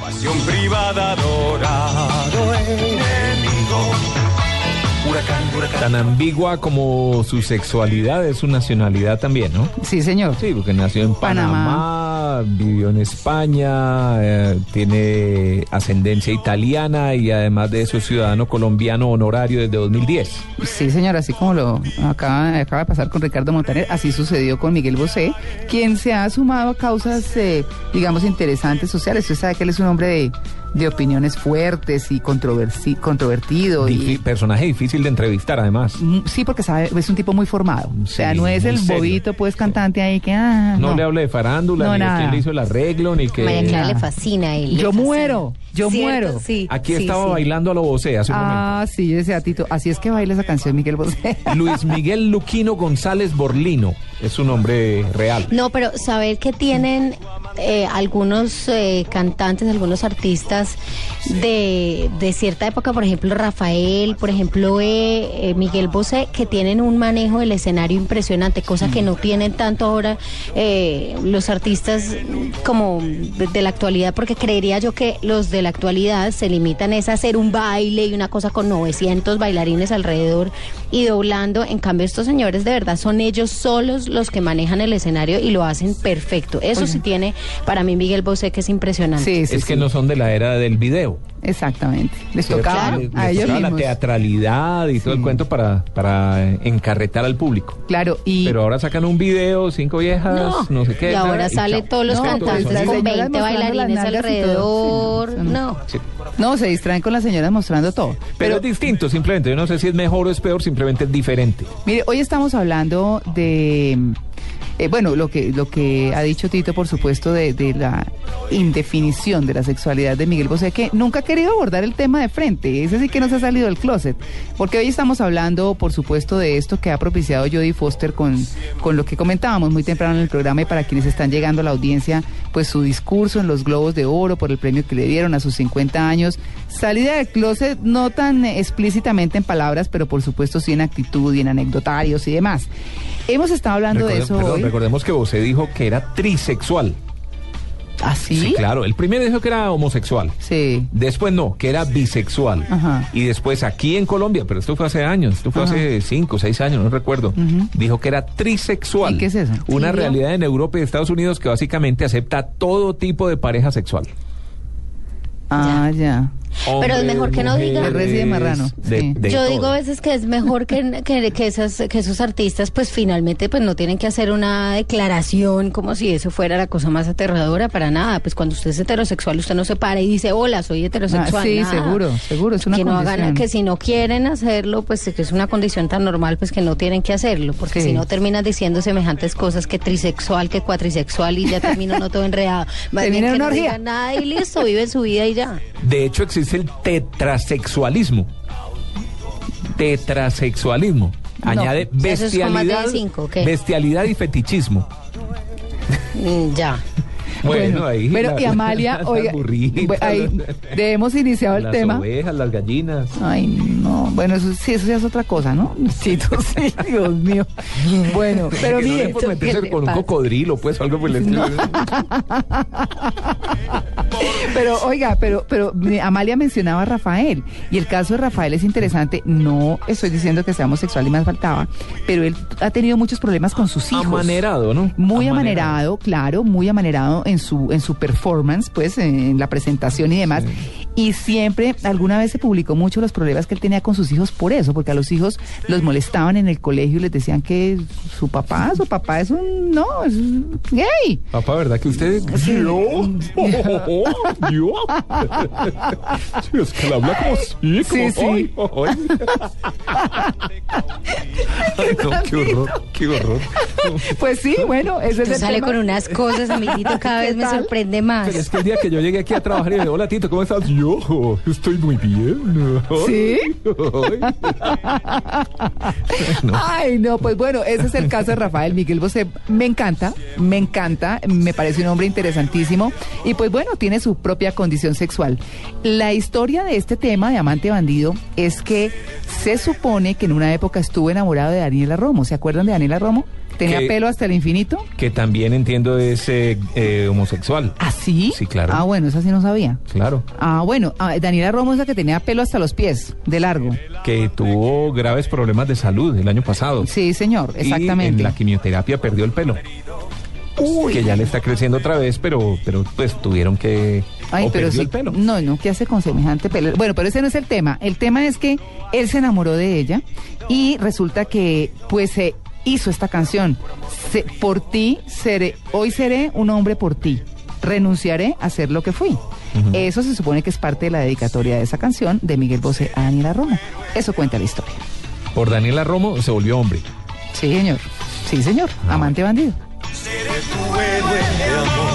Nación privada dorado enemigo. Huracán, huracán. Tan ambigua como su sexualidad es su nacionalidad también, ¿no? Sí, señor. Sí, porque nació en Panamá, vivió en España, eh, tiene ascendencia italiana y además de eso es ciudadano colombiano honorario desde 2010. Sí, señor, así como lo acaba, acaba de pasar con Ricardo Montaner, así sucedió con Miguel Bosé, quien se ha sumado a causas, eh, digamos, interesantes sociales. Usted sabe que él es un hombre de, de opiniones fuertes y controversi- controvertido. y- Difí- personaje difícil de entrevistar además. Mm, Sí, porque sabe, es un tipo muy formado. o sea, Sí, no es muy el serio. bobito, pues, cantante ahí que... Ah, No, le hable de farándula, No, ni de nada. quién le hizo el arreglo, ni que... María Clara Nada. le fascina a él. le Yo fascina. muero, yo muero. Sí, Aquí sí, estaba sí. bailando a lo Bosé hace un momento. Ah, sí, ese atito. Así es que baila esa canción Miguel Bosé. Luis Miguel Luquino González Borlino es su nombre real. No, pero saber que tienen eh, algunos eh, cantantes, algunos artistas de, de cierta época, por ejemplo Rafael, por ejemplo eh, eh, Miguel Bosé, que tienen un manejo del escenario impresionante, cosa que no tienen tanto ahora eh, los artistas como de, de la actualidad, porque creería yo que los de la actualidad se limitan es a hacer un baile y una cosa con 900 bailarines alrededor y doblando. En cambio, estos señores de verdad son ellos solos los que manejan el escenario y lo hacen perfecto. Eso sí tiene para mí Miguel Bosé que es impresionante. Sí, sí, es que sí. no son de la era del video. Exactamente. Les ¿cierto? tocaba Les- les a ellos tocaba la mismos. teatralidad y todo el cuento para, para eh, encarretar al público. Claro, y... Pero ahora sacan un video, cinco viejas, no, No. sé qué. y ahora sale chao. todos los No, pues, cantantes las con señoras 20 mostrando las bailarines nalgas y todo. alrededor. Sí, sí. no. Sí. No, se distraen con las señoras mostrando todo. Pero es distinto, simplemente. Yo no sé si es mejor o es peor, simplemente es diferente. Mire, hoy estamos hablando de, eh, bueno, lo que, lo que ha dicho Tito, por supuesto, de, de la indefinición de la sexualidad de Miguel Bosé, que nunca ha querido abordar el tema de frente. Ese sí que no se ha salido del closet. Porque hoy estamos hablando, por supuesto, de esto que ha propiciado Jodie Foster con, con lo que comentábamos muy temprano en el programa y para quienes están llegando a la audiencia, pues su discurso en los Globos de Oro por el premio que le dieron a sus 50 años. Salida del closet, no tan explícitamente en palabras, pero por supuesto sí en actitud y en anecdotarios y demás. Hemos estado hablando Recorde- de eso perdón, hoy. Recordemos que Bosé dijo que era trisexual. ¿Así? Sí, claro. El primero dijo que era homosexual. ¿Ah, Sí. Después no, que era bisexual. Ajá. Y después aquí en Colombia, pero esto fue hace años, esto fue Ajá. hace cinco, seis años, no recuerdo. Ujú. Dijo que era trisexual. ¿Y qué es eso? Una Sí, realidad en Europa y Estados Unidos que básicamente acepta todo tipo de pareja sexual. Ah, ya. Pero es mejor que no diga. De res y de marrano, de- sí. de Yo todo. digo a veces que es mejor que, que, que esas, que esos artistas pues finalmente pues no tienen que hacer una declaración como si eso fuera la cosa más aterradora para nada. Pues cuando usted es heterosexual usted no se para y dice hola soy heterosexual. Ah, sí, nada. seguro, seguro, es una que no condición. hagan- Que si no quieren hacerlo pues que es una condición tan normal pues que no tienen que hacerlo porque Sí. si no terminan diciendo semejantes cosas que trisexual, que cuatrisexual y ya termina uno todo enredado. Más bien Termina que en no orgía. digan nada y listo, viven su vida y ya. De hecho, existe el tetrasexualismo. Tetrasexualismo. No, Añade o sea, eso es con más de bestialidad, cinco, ¿qué? bestialidad y fetichismo. Mm, Ya. pero la- y Amalia, las oiga, burritas, bu- ahí, de- hemos iniciado el las tema. ovejas, las gallinas. Ay, no. Bueno, eso sí, eso ya es otra cosa, ¿no? Sí, tú sí, Dios mío. Bueno, pero Que no mire. le por meterse ¿qué te con un pasa? cocodrilo, pues, o algo por el estilo. Pero oiga, pero pero mire, Amalia mencionaba a Rafael y el caso de Rafael es interesante. No estoy diciendo que sea homosexual y más faltaba, pero él ha tenido muchos problemas con sus hijos. Amanerado, ¿no? Muy amanerado, claro, muy amanerado en su en su performance, pues en, en la presentación y demás. Y siempre alguna vez se publicó mucho los problemas que él tenía con sus hijos por eso, porque a los hijos los molestaban en el colegio y les decían que su papá, su papá es un no, es un gay. Papá, ¿verdad que usted... ¿Yo? ¿Yo? Sí, es que le habla como sí, Sí, sí. como... ay, ay. Ay, no, qué horror, qué horror. Pues sí, bueno, ese es Tú el sale tema. con unas cosas, amiguito, cada ¿Qué vez me tal? sorprende más. Pero es que el día que yo llegué aquí a trabajar y le dije, hola Tito, ¿cómo estás? Yo "Oh, estoy muy bien. ¿Sí? Ay, no. Ay, no, pues bueno, ese es el caso de Rafael Miguel Bosé. Me encanta, me encanta, me parece un hombre interesantísimo. Y pues bueno, tiene su propia condición sexual. La historia de este tema de Amante Bandido es que se supone que en una época estuvo enamorado de Daniela Romo. ¿Se acuerdan de Daniela Romo? ¿Tenía Que- pelo hasta el infinito? Que también entiendo es eh, eh, homosexual. ¿Ah, sí? Sí, claro. Ah, bueno, esa sí no sabía. Claro. Ah, bueno, ah, Daniela Romo es la que tenía pelo hasta los pies, de largo. Que tuvo graves problemas de salud el año pasado. Sí, señor, Y exactamente. en la quimioterapia perdió el pelo. Que ya le está creciendo otra vez, pero, pero pues tuvieron que. Ay, o pero perdió sí. el pelo. No, no, ¿qué hace con semejante pelo? Bueno, pero ese no es el tema. El tema es que él se enamoró de ella y resulta que, pues, se hizo esta canción. Se- por ti seré, hoy seré un hombre por ti. Renunciaré a ser lo que fui. Eso se supone que es parte de la dedicatoria de esa canción de Miguel Bosé a Daniela Romo. Eso cuenta la historia. Por Daniela Romo se volvió hombre. Ah, Sí, señor. Sí, señor. Amante bandido. Seré tu héroe de amor.